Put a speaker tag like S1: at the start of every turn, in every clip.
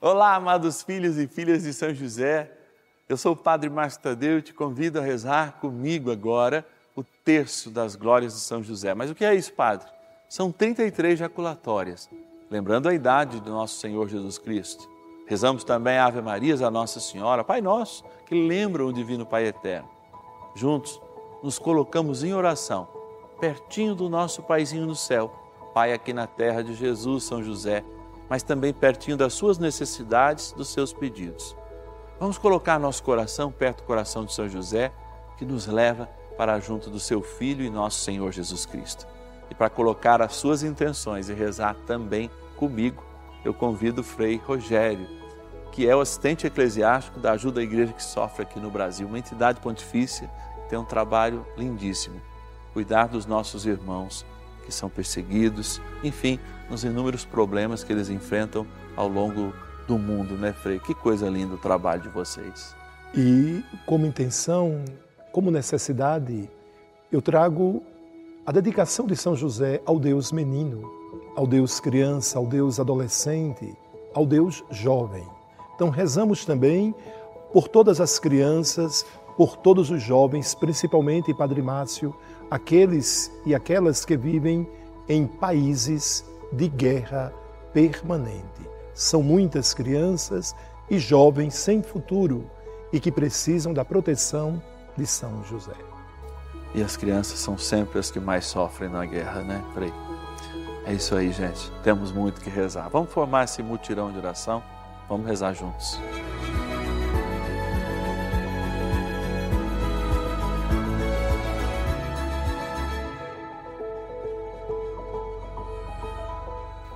S1: Olá, amados filhos e filhas de São José. Eu sou o Padre Márcio Tadeu e te convido a rezar comigo agora o terço das glórias de São José. Mas o que é isso, Padre? São 33 jaculatórias, lembrando a idade do nosso Senhor Jesus Cristo. Rezamos também a Ave Marias, a Nossa Senhora, Pai Nosso, que lembram o Divino Pai Eterno. Juntos, nos colocamos em oração, pertinho do nosso Paizinho no céu, Pai aqui na terra de Jesus, São José, mas também pertinho das suas necessidades, dos seus pedidos. Vamos colocar nosso coração perto do coração de São José, que nos leva para junto do seu Filho e nosso Senhor Jesus Cristo. E para colocar as suas intenções e rezar também comigo, eu convido o Frei Rogério, que é o assistente eclesiástico da Ajuda à Igreja que Sofre aqui no Brasil, uma entidade pontifícia que tem um trabalho lindíssimo. Cuidar dos nossos irmãos que são perseguidos, enfim, nos inúmeros problemas que eles enfrentam ao longo do mundo, né, Frei? Que coisa linda o trabalho de vocês.
S2: E como intenção, como necessidade, eu trago a dedicação de São José ao Deus menino, ao Deus criança, ao Deus adolescente, ao Deus jovem. Então rezamos também por todas as crianças, por todos os jovens, principalmente, Padre Márcio, aqueles e aquelas que vivem em países de guerra permanente. São muitas crianças e jovens sem futuro e que precisam da proteção de São José.
S1: E as crianças são sempre as que mais sofrem na guerra, né, Frei? É isso aí, gente. Temos muito que rezar. Vamos formar esse mutirão de oração? Vamos rezar juntos.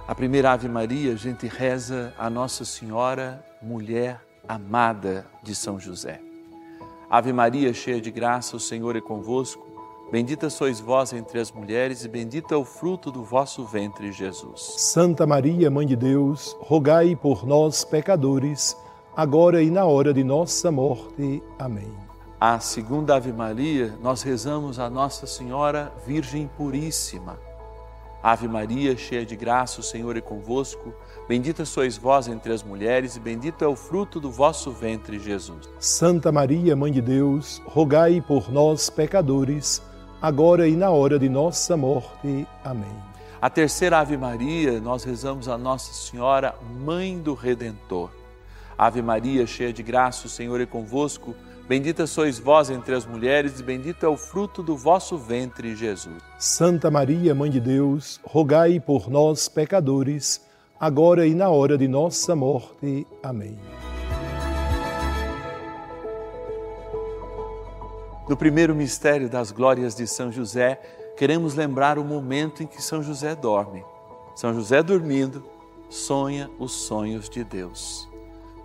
S1: A primeira Ave Maria, a gente reza a Nossa Senhora, mulher amada de São José. Ave Maria, cheia de graça, o Senhor é convosco. Bendita sois vós entre as mulheres e bendito é o fruto do vosso ventre, Jesus.
S2: Santa Maria, Mãe de Deus, rogai por nós, pecadores, agora e na hora de nossa morte. Amém.
S1: A segunda Ave Maria, nós rezamos a Nossa Senhora, Virgem Puríssima. Ave Maria, cheia de graça, o Senhor é convosco. Bendita sois vós entre as mulheres, e bendito é o fruto do vosso ventre, Jesus.
S2: Santa Maria, Mãe de Deus, rogai por nós, pecadores, agora e na hora de nossa morte. Amém.
S1: A terceira Ave Maria, nós rezamos a Nossa Senhora, Mãe do Redentor. Ave Maria, cheia de graça, o Senhor é convosco. Bendita sois vós entre as mulheres, e bendito é o fruto do vosso ventre, Jesus.
S2: Santa Maria, Mãe de Deus, rogai por nós, pecadores, agora e na hora de nossa morte. Amém.
S1: No primeiro mistério das glórias de São José, queremos lembrar o momento em que São José dorme. São José dormindo, sonha os sonhos de Deus.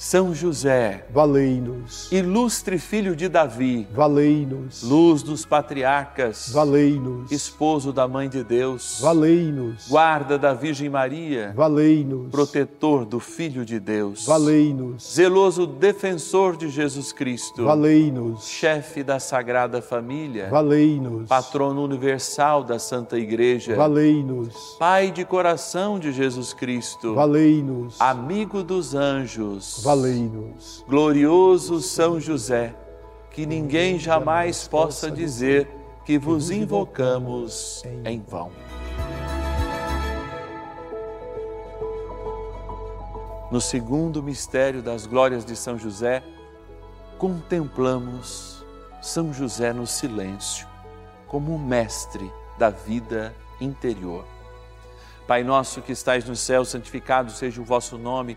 S1: São José,
S2: valei-nos.
S1: Ilustre filho de Davi,
S2: valei-nos.
S1: Luz dos patriarcas,
S2: valei-nos.
S1: Esposo da mãe de Deus,
S2: valei-nos.
S1: Guarda da Virgem Maria,
S2: valei-nos.
S1: Protetor do filho de Deus,
S2: valei-nos.
S1: Zeloso defensor de Jesus Cristo,
S2: valei-nos.
S1: Chefe da Sagrada Família,
S2: valei-nos.
S1: Patrono universal da Santa Igreja,
S2: valei-nos.
S1: Pai de coração de Jesus Cristo,
S2: valei-nos.
S1: Amigo dos anjos,
S2: valei-nos.
S1: Glorioso São José, que ninguém jamais possa dizer que vos invocamos em vão. No segundo mistério das glórias de São José, contemplamos São José no silêncio, como um mestre da vida interior. Pai nosso que estais no céu, santificado seja o vosso nome.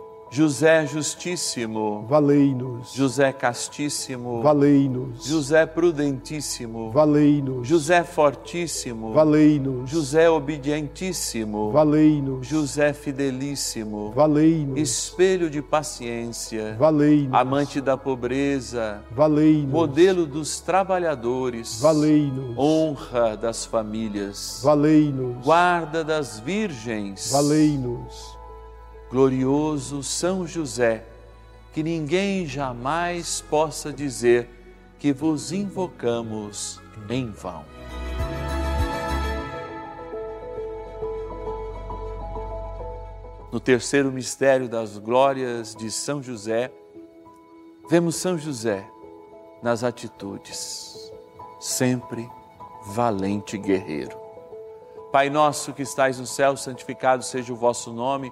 S1: José Justíssimo,
S2: valei-nos.
S1: José Castíssimo,
S2: Valei-nos.
S1: José Prudentíssimo,
S2: Valei-nos.
S1: José Fortíssimo,
S2: Valei-nos.
S1: José Obedientíssimo,
S2: Valei-nos.
S1: José Fidelíssimo,
S2: Valei-nos.
S1: Espelho de paciência,
S2: Valei-nos.
S1: amante da pobreza,
S2: Valei-nos.
S1: modelo dos trabalhadores,
S2: Valei-nos.
S1: honra das famílias,
S2: Valei-nos.
S1: guarda das virgens,
S2: Valei-nos.
S1: glorioso São José, que ninguém jamais possa dizer que vos invocamos em vão. No terceiro mistério das glórias de São José, vemos São José nas atitudes, sempre valente guerreiro. Pai nosso que estais no céu, santificado seja o vosso nome.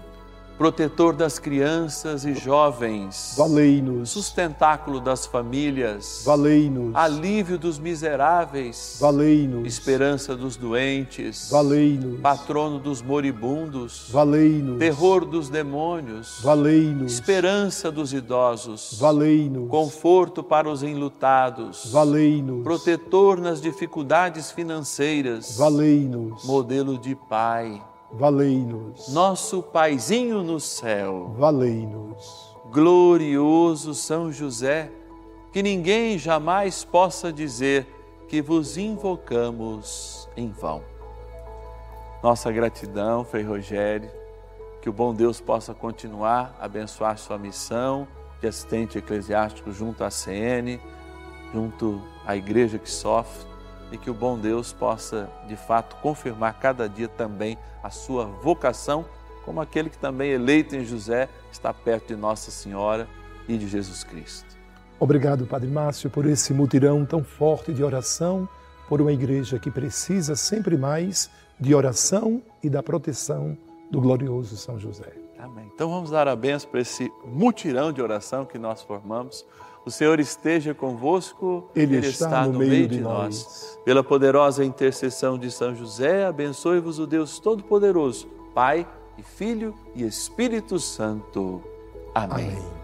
S1: Protetor das crianças e jovens.
S2: Valei-nos,
S1: Sustentáculo das famílias.
S2: valei-nos,
S1: Alívio dos miseráveis.
S2: valei-nos,
S1: Esperança dos doentes.
S2: valei-nos,
S1: Patrono dos moribundos.
S2: valei-nos,
S1: Terror dos demônios.
S2: valei-nos,
S1: Esperança dos idosos.
S2: valei-nos,
S1: Conforto para os enlutados.
S2: valei-nos,
S1: protetor nas dificuldades financeiras,
S2: valei-nos,
S1: modelo de pai,
S2: valei-nos,
S1: nosso paizinho no céu,
S2: valei-nos,
S1: glorioso São José, que ninguém jamais possa dizer que vos invocamos em vão. Nossa gratidão, Frei Rogério, que o bom Deus possa continuar a abençoar sua missão de assistente eclesiástico junto à CN, junto à igreja que sofre, e que o bom Deus possa, de fato, confirmar cada dia também a sua vocação, como aquele que também, é eleito em José, está perto de Nossa Senhora e de Jesus Cristo.
S2: Obrigado, Padre Márcio, por esse mutirão tão forte de oração por uma igreja que precisa sempre mais de oração e da proteção do glorioso São José.
S1: Amém. Então vamos dar a benção para esse mutirão de oração que nós formamos. O Senhor esteja convosco,
S2: Ele, está, no meio, de nós.
S1: Pela poderosa intercessão de São José, abençoe-vos o Deus Todo-Poderoso, Pai e Filho e Espírito Santo. Amém.
S2: Amém.